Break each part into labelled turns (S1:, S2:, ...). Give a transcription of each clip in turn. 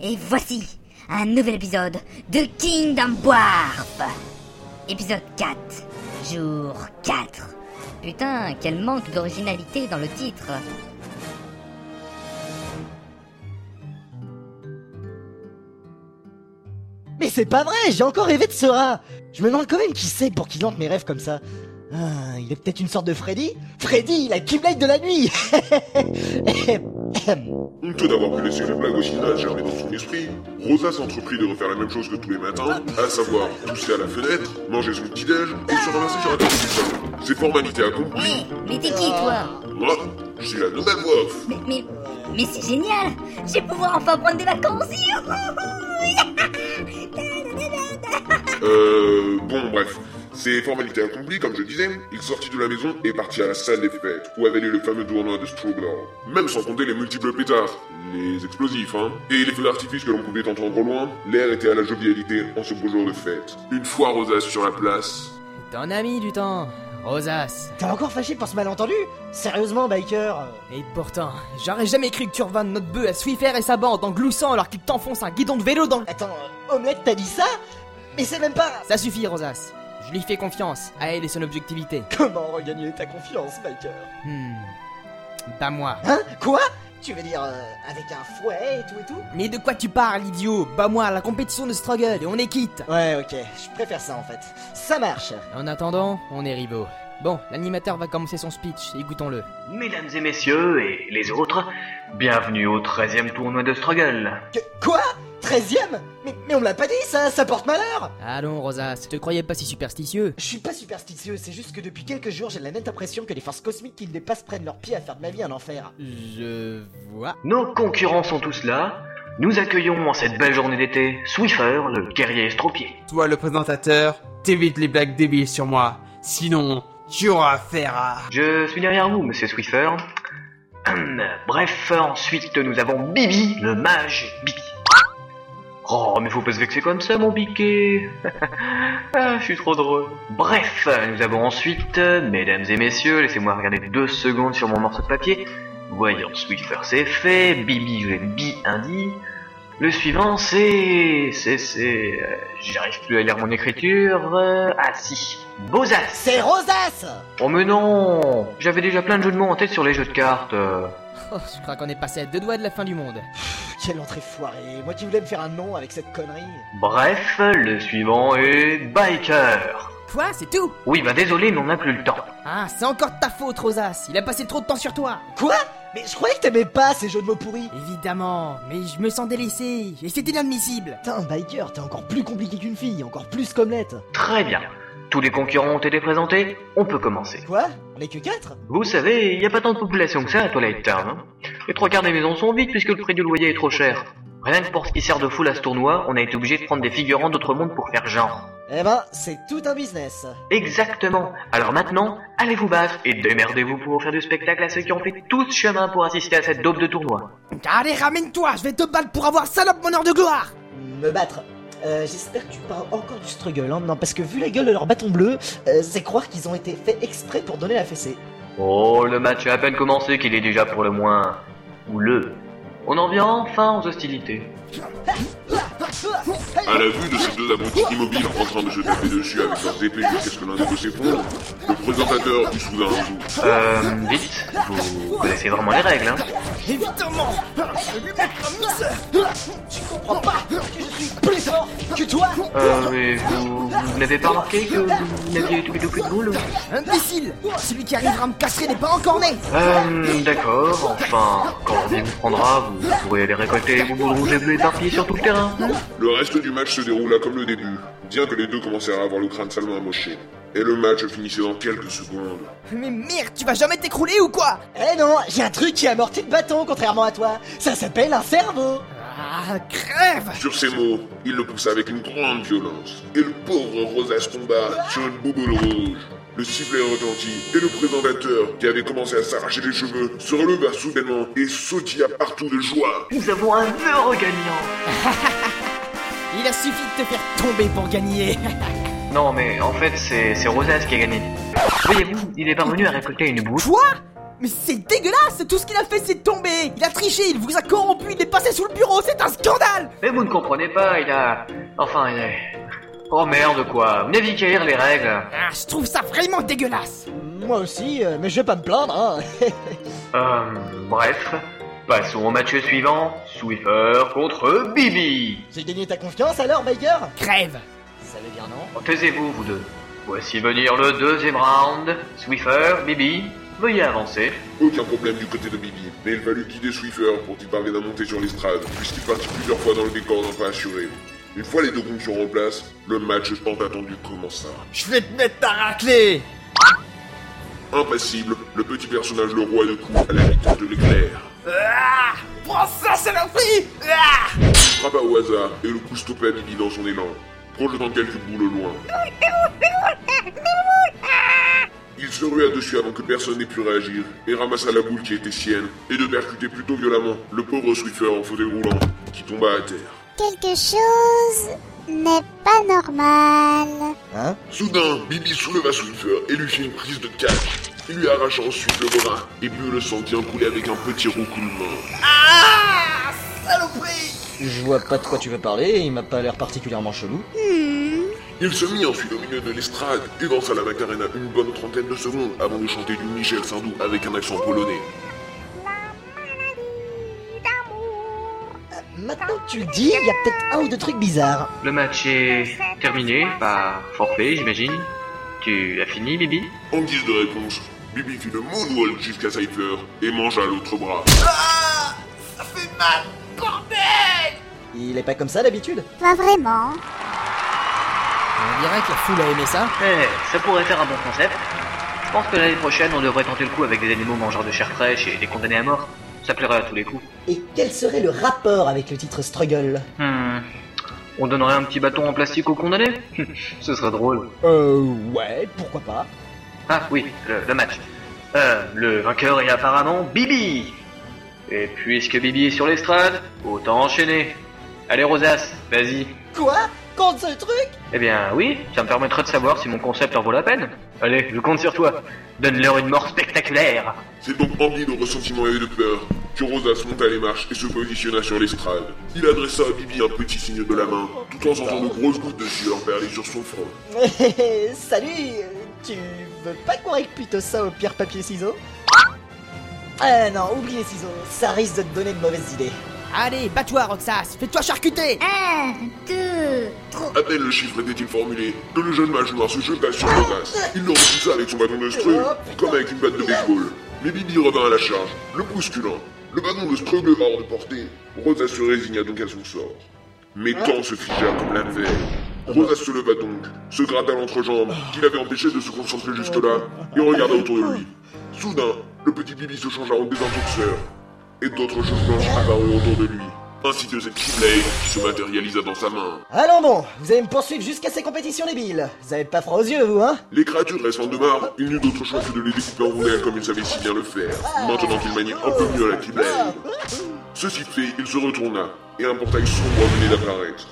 S1: Et voici un nouvel épisode de Kingdom Warp Épisode 4, jour 4. Putain, quel manque d'originalité dans le titre
S2: Mais c'est pas vrai, j'ai encore rêvé de ce rat Je me demande quand même qui c'est pour qu'il hante mes rêves comme ça. Ah, il est peut-être une sorte de Freddy Freddy, la Keyblade de la nuit
S3: Honteux d'avoir pu laisser la blague aussi là germer dans son esprit, Rosa s'entreprit de refaire la même chose que tous les matins, à savoir pousser à la fenêtre, manger son petit-déj et se ramasser sur la table du salon. Ces formalités
S1: Hé,
S3: accomplies,
S1: mais t'es qui toi
S3: moi, je suis la nouvelle voix off.
S1: Mais, mais, mais c'est génial Je vais pouvoir enfin prendre des vacances
S3: Euh, bon, bref. Ces formalités accomplies, comme je disais, il sortit de la maison et partit à la salle des fêtes, où avait lieu le fameux tournoi de Strogler. Même sans compter les multiples pétards, les explosifs, hein, et les feux d'artifice que l'on pouvait entendre au loin, l'air était à la jovialité en ce beau jour de fête. Une fois Rosa sur la place,
S4: T'en as mis du temps, Rosas.
S2: T'es encore fâché pour ce malentendu Sérieusement, Biker euh,
S4: Et pourtant, j'aurais jamais cru que tu revins de notre bœuf à Swiffer et sa bande en gloussant alors qu'il t'enfonce un guidon de vélo dans le...
S2: Attends, euh, Omelette, t'as dit ça Mais c'est même pas...
S4: Ça suffit, Rosas. Je lui fais confiance, à elle et son objectivité.
S2: Comment regagner ta confiance, Biker
S4: Hmm. Pas moi.
S2: Hein Quoi Tu veux dire euh, avec un fouet et tout et tout
S4: Mais de quoi tu parles, idiot Bah moi, la compétition de struggle et on est quitte.
S2: Ouais, ok, je préfère ça en fait. Ça marche
S4: En attendant, on est rivaux. Bon, l'animateur va commencer son speech, écoutons-le.
S5: Mesdames et messieurs, et les autres, bienvenue au 13e tournoi de Struggle.
S2: Que- Quoi 13ème mais, mais on me l'a pas dit ça, ça porte malheur
S4: Allons, Rosas, te croyais pas si superstitieux
S2: Je suis pas superstitieux, c'est juste que depuis quelques jours j'ai la nette impression que les forces cosmiques qui me dépassent prennent leur pied à faire de ma vie un enfer.
S4: Je vois.
S5: Nos concurrents sont tous là. Nous accueillons en cette belle journée d'été Swiffer, le guerrier estropié.
S6: Toi, le présentateur, t'évites les blagues débiles sur moi. Sinon, tu auras affaire à...
S5: Je suis derrière vous, monsieur Swiffer. Hum, Bref, ensuite nous avons Bibi, le mage Bibi. Oh, mais faut pas se vexer comme ça, mon piquet. ah, je suis trop drôle. Bref, nous avons ensuite, euh, mesdames et messieurs, laissez-moi regarder deux secondes sur mon morceau de papier. Voyons, Swiffer c'est fait, Bibi je l'ai bi indi. Le suivant c'est... c'est... c'est... euh, J'arrive plus à lire mon écriture. euh, Ah si, Bozas
S2: C'est Rosas
S5: Oh mais non J'avais déjà plein de jeux de mots en tête sur les jeux de cartes. euh.
S4: Oh, je crois qu'on est passé à deux doigts de la fin du monde.
S2: Pff, Quelle entrée foirée, moi qui voulais me faire un nom avec cette connerie.
S5: Bref, le suivant est Biker.
S4: Quoi, c'est tout
S5: Oui bah désolé mais on n'a plus le temps.
S4: Ah, c'est encore de ta faute, Rosas. Il a passé trop de temps sur toi.
S2: Quoi Mais je croyais que t'aimais pas ces jeux de mots pourris
S4: Évidemment, mais je me sens délaissé, et c'est inadmissible.
S2: Putain, Biker, t'es encore plus compliqué qu'une fille, encore plus comme l'être.
S5: Très bien. Tous les concurrents ont été présentés, on peut commencer.
S2: Quoi On est que 4
S5: Vous savez, il n'y a pas tant de population que ça à Twilight Town. hein. Les trois quarts des maisons sont vides puisque le prix du loyer est trop cher. Rien que pour ce qui sert de foule à ce tournoi, on a été obligé de prendre des figurants d'autres mondes pour faire genre.
S2: Eh ben, c'est tout un business.
S5: Exactement. Alors maintenant, allez vous battre et démerdez-vous pour faire du spectacle à ceux qui ont fait tout ce chemin pour assister à cette daube de tournoi.
S4: Allez, ramène-toi, je vais te battre pour avoir salope mon heure de gloire.
S2: Me battre. Euh, J'espère que tu parles encore du struggle, hein. Non, parce que vu la gueule de leur bâton bleu, euh, c'est croire qu'ils ont été faits exprès pour donner la fessée.
S5: Oh, le match a à peine commencé qu'il est déjà pour le moins houleux. On en vient enfin aux hostilités.
S3: à la vue de ces deux abrutis immobiles en train de se taper dessus avec leurs épées jusqu'à ce que l'un d'eux s'effondre, le présentateur du soudain un zoom.
S5: Euh, vite, vous connaissez vraiment les règles, hein
S2: Évidemment Je lui mettre un Tu comprends pas que je suis plus fort que toi
S5: Euh, mais vous, vous n'avez pas remarqué que vous n'aviez tout plus de boule
S4: Imbécile Celui qui arrivera à me casser les pas encore nés
S5: Euh, d'accord, enfin, quand l'envie vous prendra, vous pourrez aller récolter les boules rouges et bleues éparpillées sur tout le terrain.
S3: Le reste du match se déroula comme le début, bien que les deux commencèrent à avoir le crâne salement amoché. Et le match finissait dans quelques secondes.
S4: Mais merde, tu vas jamais t'écrouler ou quoi
S2: Eh non, j'ai un truc qui amortit le bâton, contrairement à toi. Ça s'appelle un cerveau.
S4: Ah, crève
S3: Sur ces mots, il le poussa avec une grande violence. Et le pauvre Rosas tomba sur une bouboule rouge. Le sifflet retentit et le présentateur, qui avait commencé à s'arracher les cheveux, se releva soudainement et sautilla partout de joie.
S5: Nous avons un heureux gagnant
S4: Il a suffi de te faire tomber pour gagner
S5: Non, mais en fait, c'est c'est Rosas qui a gagné. Voyez-vous, il est parvenu à récolter une boule.
S4: Quoi Mais c'est dégueulasse Tout ce qu'il a fait, c'est tomber Il a triché, il vous a corrompu, il est passé sous le bureau, c'est un scandale
S5: Mais vous ne comprenez pas, il a... Enfin, il a... Oh merde quoi, venez vicaire les règles.
S4: Ah, je trouve ça vraiment dégueulasse
S2: Moi aussi, euh, mais je vais pas me plaindre, hein.
S5: Euh, bref, passons au match suivant. Swiffer contre Bibi.
S2: J'ai gagné ta confiance alors, Baker
S4: Crève
S2: Ça veut dire non
S5: Taisez-vous, vous deux. Voici venir le deuxième round. Swiffer, Bibi, veuillez avancer.
S3: Aucun problème du côté de Bibi, mais il fallut guider Swiffer pour qu'il parvienne à monter sur l'estrade, puisqu'il partit plusieurs fois dans le décor d'un pas assuré. Une fois les deux concurrents en place, le match tant attendu commença.
S6: Je vais te mettre ta raclée
S3: Impassible, le petit personnage le roi de coups à la vitesse de l'éclair.
S4: Ah Prends ça, saloperie ah
S3: Frappa au hasard et le coup stoppa Bibi dans son élan, projetant quelques boules au loin. Il se rua dessus avant que personne n'ait pu réagir et ramassa la boule qui était sienne et de percuter plutôt violemment le pauvre Swiffer en fauteuil roulant qui tomba à terre.
S7: Quelque chose n'est pas normal.
S2: Hein
S3: Soudain, Bibi souleva Swiffer et lui fit une prise de cac. Il lui arracha ensuite le bras et but le sang qui en coulait avec un petit roucoulement.
S4: Ah Saloperie
S2: Je vois pas de quoi tu veux parler, il m'a pas l'air particulièrement chelou.
S3: Il se mit ensuite au milieu de l'estrade et dansa la Macarena une bonne trentaine de secondes avant de chanter du Michel Sardou avec un accent polonais.
S2: Maintenant que tu le dis, il y a peut-être un ou deux trucs bizarres.
S5: Le match est terminé par forfait, j'imagine. Tu as fini, Bibi
S3: En guise de réponse, Bibi fit le moonwalk jusqu'à Cypher et mangea l'autre bras.
S2: Il est pas comme ça d'habitude
S7: Pas vraiment.
S4: On dirait que la foule a aimé ça.
S5: Eh, ça pourrait faire un bon concept. Je pense que l'année prochaine, on devrait tenter le coup avec des animaux mangeurs de chair fraîche et des condamnés à mort. Ça plairait à tous les coups.
S2: Et quel serait le rapport avec le titre Struggle
S5: Hmm. On donnerait un petit bâton en plastique aux condamnés Ce serait drôle.
S2: Euh, ouais, pourquoi pas.
S5: Ah oui, le, le match. Euh, le vainqueur est apparemment Bibi. Et puisque Bibi est sur l'estrade, autant enchaîner. Allez Rosas, vas-y.
S2: Quoi Contre ce truc
S5: Eh bien oui, ça me permettrait de savoir si mon concept en vaut la peine. Allez, je compte sur toi. Donne-leur une mort spectaculaire.
S3: C'est donc envie de ressentiment et de peur que Rosas monta les marches et se positionna sur l'estrade. Il adressa à Bibi un petit signe de la main, tout en sentant de grosses gouttes de sueur perler sur son front.
S2: Salut euh, Tu veux pas qu'on règle plutôt ça au pire papier-ciseaux Ah non, oublie les ciseaux, ça risque de te donner de mauvaises idées.
S4: Allez, bats-toi, Roxas Fais-toi charcuter
S1: Un, deux, trois.
S3: À peine le chiffre était-il formulé que le jeune mage noir se jeta sur Rosas. Il le repoussa avec son bâton de Strug, comme avec une batte de baseball. Mais Bibi revint à la charge, le bousculant. Le bâton de Strug le hors de portée. Rosas se résigna donc à son sort. Mais tant se figea comme la veille. Rosas se leva donc, se gratta l'entrejambe, qui l'avait empêché de se concentrer jusque-là, et regarda autour de lui. Soudain, le petit Bibi se changea en désintoxeur, et d'autres choses blanches apparurent autour de lui, ainsi que cette Keyblade qui se matérialisa dans sa main.
S2: Allons bon, vous allez me poursuivre jusqu'à ces compétitions débiles. Vous avez pas froid aux yeux, vous, hein
S3: Les créatures restant de marre, il n'eut d'autre choix que de les découper en rondelles comme il savait si bien le faire, maintenant qu'il maniait un peu mieux la Keyblade. Ceci fait, il se retourna, et un portail sombre venait d'apparaître.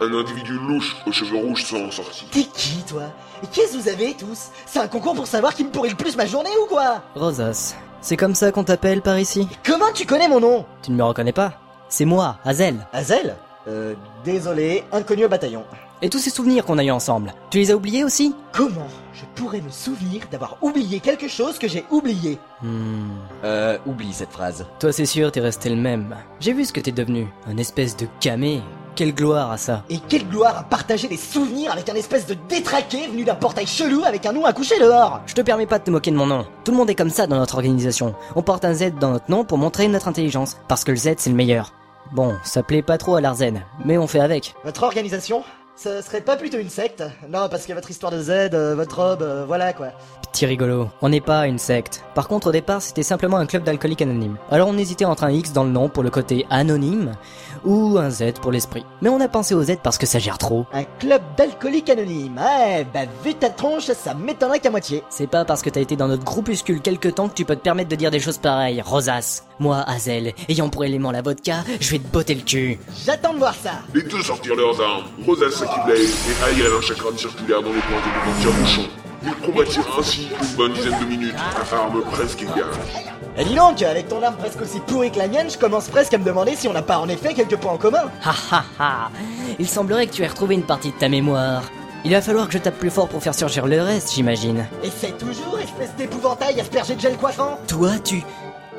S3: Un individu louche aux cheveux rouges s'en sortit.
S2: T'es qui, toi Et qu'est-ce que vous avez, tous C'est un concours pour savoir qui me pourrit le plus ma journée ou quoi
S8: Rosas, c'est comme ça qu'on t'appelle par ici
S2: Comment tu connais mon nom
S8: Tu ne me reconnais pas C'est moi, Hazel.
S2: Hazel Euh, désolé, inconnu au bataillon.
S8: Et tous ces souvenirs qu'on a eus ensemble, tu les as oubliés aussi
S2: Comment je pourrais me souvenir d'avoir oublié quelque chose que j'ai oublié
S8: Hmm.
S2: Euh, oublie cette phrase.
S8: Toi, c'est sûr, t'es resté le même. J'ai vu ce que t'es devenu. Un espèce de camé. Quelle gloire à ça.
S2: Et quelle gloire à partager des souvenirs avec un espèce de détraqué venu d'un portail chelou avec un nom à coucher dehors
S8: Je te permets pas de te moquer de mon nom. Tout le monde est comme ça dans notre organisation. On porte un Z dans notre nom pour montrer notre intelligence, parce que le Z c'est le meilleur. Bon, ça plaît pas trop à l'Arzen, mais on fait avec.
S2: Votre organisation Ce serait pas plutôt une secte Non, parce que votre histoire de Z, euh, votre robe, euh, voilà quoi.
S8: Petit rigolo, on n'est pas une secte. Par contre, au départ, c'était simplement un club d'alcooliques anonymes. Alors on hésitait entre un X dans le nom pour le côté anonyme, ou un Z pour l'esprit. Mais on a pensé au Z parce que ça gère trop.
S2: Un club d'alcooliques anonymes. Ouais, bah vu ta tronche, ça m'étonnerait qu'à moitié.
S8: C'est pas parce que t'as été dans notre groupuscule quelque temps que tu peux te permettre de dire des choses pareilles, Rosas. Moi, Hazel, ayant pour élément la vodka, je vais te botter le cul.
S2: J'attends de voir ça.
S3: Les deux sortirent leurs armes, Rosas sa Keyblade et Ayel un chakra circulaire dans les pointes de leur tire-bouchon. Il combattirent ainsi une bonne dizaine de minutes, à armes presque égales.
S2: Et Eh, dis donc, avec ton arme presque aussi pourrie que la mienne, je commence presque à me demander si on n'a pas en effet quelques points en commun.
S8: Ha ha ha Il semblerait que tu aies retrouvé une partie de ta mémoire. Il va falloir que je tape plus fort pour faire surgir le reste, j'imagine.
S2: Et c'est toujours espèce d'épouvantail aspergé de gel coiffant
S8: Toi, tu...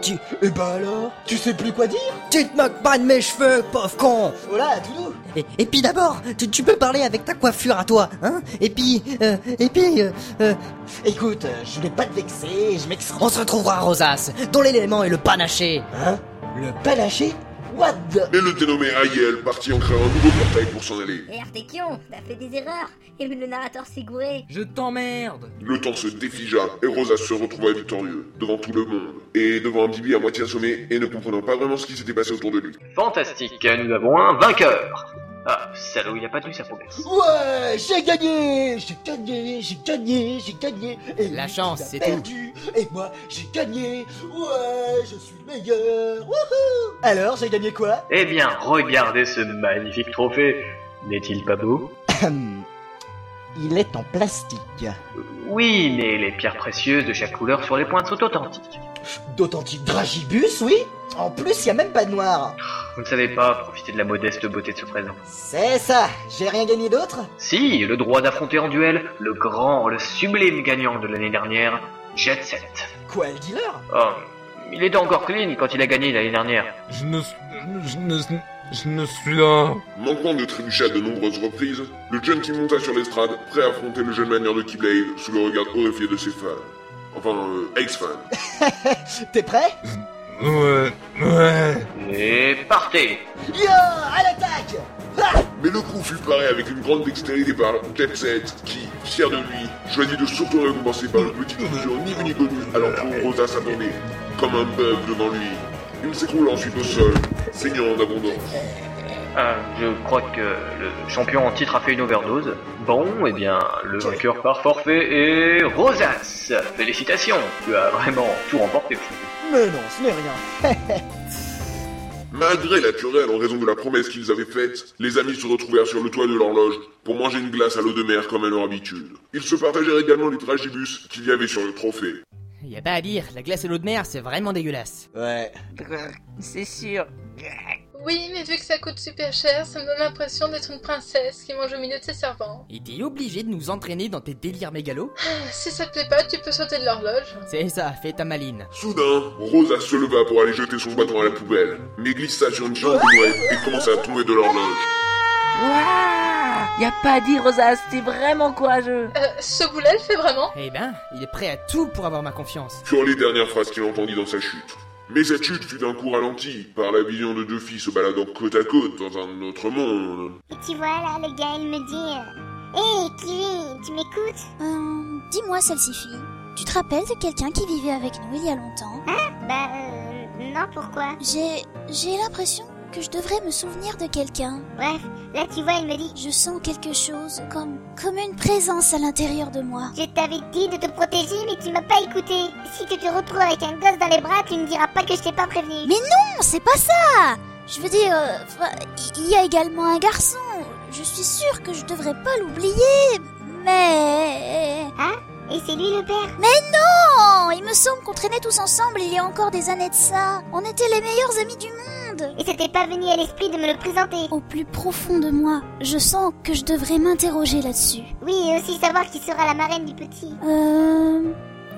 S8: Tu... euh,
S2: Eh bah alors Tu sais plus quoi dire
S8: Tu te moques pas de mes cheveux, pauvre con
S2: Oh là, Doudou
S8: Et, et puis d'abord, tu, tu peux parler avec ta coiffure à toi, hein Et puis... euh, et puis... euh, euh,
S2: Écoute, euh, je voulais pas te vexer, je m'excuse.
S8: on se retrouvera à Rosas, dont l'élément est le panaché
S2: Hein Le panaché What the...
S3: Mais le dénommé Ayel partit en créant un nouveau portail pour s'en aller.
S1: Eh Artekion, t'as fait des erreurs Et le narrateur s'est gouré
S4: Je t'emmerde
S3: Le temps se défigea et Rosa se retrouva victorieux, devant tout le monde, et devant un Bibi à moitié assommé et ne comprenant pas vraiment ce qui s'était passé autour de lui.
S5: Fantastique, nous avons un vainqueur. Ah, salaud, il a pas tenu sa promesse.
S2: Ouais, j'ai gagné J'ai gagné, j'ai gagné, j'ai gagné Et
S4: La
S2: lui,
S4: chance,
S2: il a
S4: c'est
S2: perdu, Et moi, j'ai gagné Ouais, je suis le meilleur Wouhou Alors, j'ai gagné quoi
S5: Eh bien, regardez ce magnifique trophée. N'est-il pas beau
S2: Il est en plastique.
S5: Oui, mais les pierres précieuses de chaque couleur sur les pointes sont authentiques.
S2: D'authentiques dragibus, oui En plus, y a même pas de noir
S5: Vous ne savez pas profiter de la modeste beauté de ce présent.
S2: C'est ça J'ai rien gagné d'autre
S5: Si, le droit d'affronter en duel le grand, le sublime gagnant de l'année dernière, Jet Set.
S2: Quoi, le dealer
S5: Oh, il était encore clean quand il a gagné l'année dernière.
S9: Je ne, suis- je ne, je ne suis là.
S3: Manquant de trébucher à de nombreuses reprises, le jeune qui monta sur l'estrade, prêt à affronter le jeune manière de Keyblade sous le regard horrifié de ses fans. Enfin, euh, ex-fans.
S2: T'es prêt
S9: Ouais, ouais.
S5: Et partez
S2: Yo À l'attaque
S3: Mais le coup fut paré avec une grande dextérité par Jetset, qui, fier de lui, choisit de s'auto-récompenser par une petite mesure ni vue ni connue, alors que Rosa s'abandonnait, comme un bœuf devant lui. Il s'écroula ensuite au sol, saignant en abondance.
S5: Ah, je crois que le champion en titre a fait une overdose. Bon, eh bien, le vainqueur par forfait est Rosas. Félicitations, tu as vraiment tout remporté.
S2: Mais non, ce n'est rien
S3: Malgré la querelle en raison de la promesse qu'ils avaient faite, les amis se retrouvèrent sur le toit de l'horloge pour manger une glace à l'eau de mer comme à leur habitude. Ils se partagèrent également les tragibus qu'il y avait sur le trophée.
S4: Y a pas à dire, la glace et l'eau de mer, c'est vraiment dégueulasse.
S2: Ouais.
S10: C'est sûr.
S11: Oui, mais vu que ça coûte super cher, ça me donne l'impression d'être une princesse qui mange au milieu de ses servants. Ah,
S4: Et t'es obligé de nous entraîner dans tes délires mégalos
S11: Si ça te plaît pas, tu peux sauter de l'horloge.
S4: C'est ça, fais ta maline.
S3: Soudain, Rosa se leva pour aller jeter son bâton à la poubelle, mais glissa sur une jambe de Noël et commença à tomber de l'horloge.
S10: Waouh Y a pas à dire, Rosa, c'était vraiment courageux.
S11: Euh, ce boulet le fait vraiment
S4: Eh ben, il est prêt à tout pour avoir ma confiance.
S3: Furent les dernières phrases qu'il entendit dans sa chute. Mais cette chute fut d'un coup ralentie par la vision de deux filles se baladant côte à côte dans un autre monde.
S7: Et tu vois là, le gars il me dit euh, Hé Kiwi, tu m'écoutes
S12: Euh, Dis-moi, celle-ci fille, tu te rappelles de quelqu'un qui vivait avec nous il y a longtemps
S7: Bah euh, non, pourquoi
S12: J'ai. j'ai l'impression que je devrais me souvenir de quelqu'un.
S7: Bref, là tu vois, il me dit
S12: Je sens quelque chose, comme. comme une présence à l'intérieur de moi.
S7: Je t'avais dit de te protéger, mais tu m'as pas écouté. Si tu te retrouves avec un gosse dans les bras, tu ne diras pas que je t'ai pas prévenu.
S12: Mais non, c'est pas ça Je veux dire, euh, enfin, il y a également un garçon. Je suis sûre que je devrais pas l'oublier, mais.
S7: Et c'est lui le père.
S12: Non Il me semble qu'on traînait tous ensemble il y a encore des années de ça. On était les meilleurs amis du monde.
S7: Et c'était pas venu à l'esprit de me le présenter.
S12: Au plus profond de moi, je sens que je devrais m'interroger là-dessus.
S7: Oui, et aussi savoir qui sera la marraine du petit.
S12: Euh...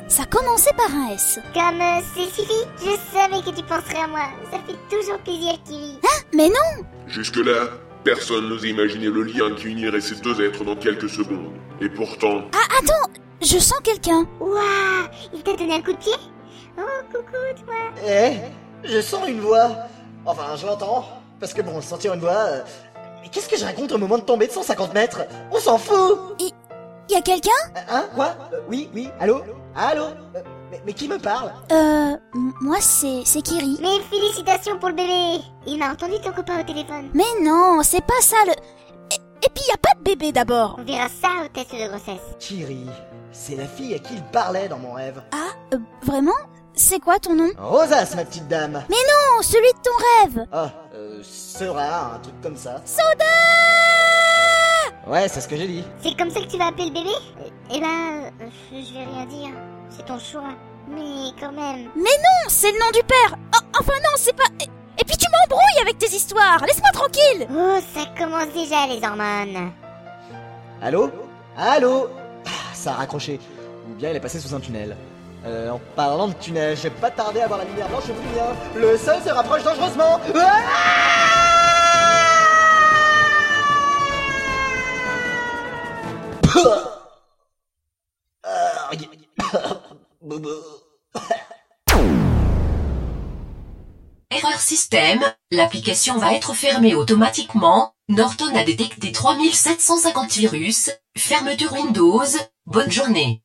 S12: Ça commençait par un S.
S7: Comme euh, c'est Sylvie, je savais que tu penserais à moi. Ça fait toujours plaisir, Kiwi.
S12: Mais non
S3: Jusque-là, personne n'osait imaginer le lien qui unirait ces deux êtres dans quelques secondes. Et pourtant,
S12: Ah, attends Je sens quelqu'un.
S7: Ouah, il t'a donné un coup de pied Oh, coucou, toi.
S2: Eh Je sens une voix. Enfin, je l'entends. Parce que bon, sentir une voix... euh, Mais qu'est-ce que je raconte au moment de tomber de 150 mètres On s'en fout
S12: Y a quelqu'un
S2: Euh, Hein Quoi Euh, Oui, oui, allô Allô Euh, mais, mais qui me parle
S12: Euh... m- Moi, c'est... c'est Kiri.
S7: Mais félicitations pour le bébé. Il m'a entendu ton copain au téléphone.
S12: Mais non, c'est pas ça le... Et, et puis y a pas de bébé d'abord.
S7: On verra ça au test de grossesse.
S2: Kiri. C'est la fille à qui il parlait dans mon rêve.
S12: Ah, euh, vraiment C'est quoi ton nom
S2: Rosas, ma petite dame.
S12: Non, celui de ton rêve
S2: Ah, euh, sera, un truc comme ça.
S12: Soda
S2: Ouais, c'est ce que j'ai dit.
S7: C'est comme ça que tu vas appeler le bébé Euh, Eh ben, euh, je vais rien dire. C'est ton choix. Mais quand même.
S12: Mais non, c'est le nom du père Oh, Enfin non, c'est pas... Et et puis tu m'embrouilles avec tes histoires Laisse-moi tranquille
S7: Oh, ça commence déjà les hormones.
S2: Allô Allô Ah, Ça a raccroché. Ou bien elle est passée sous un tunnel. Euh, en parlant de tunnel, j'ai pas tardé à voir la lumière blanche et vous bien. Le sol se rapproche dangereusement. Ah Ah, regarde.
S8: Erreur système, l'application va être fermée automatiquement. Norton a détecté 3750 virus. Fermeture Windows. Bonne journée.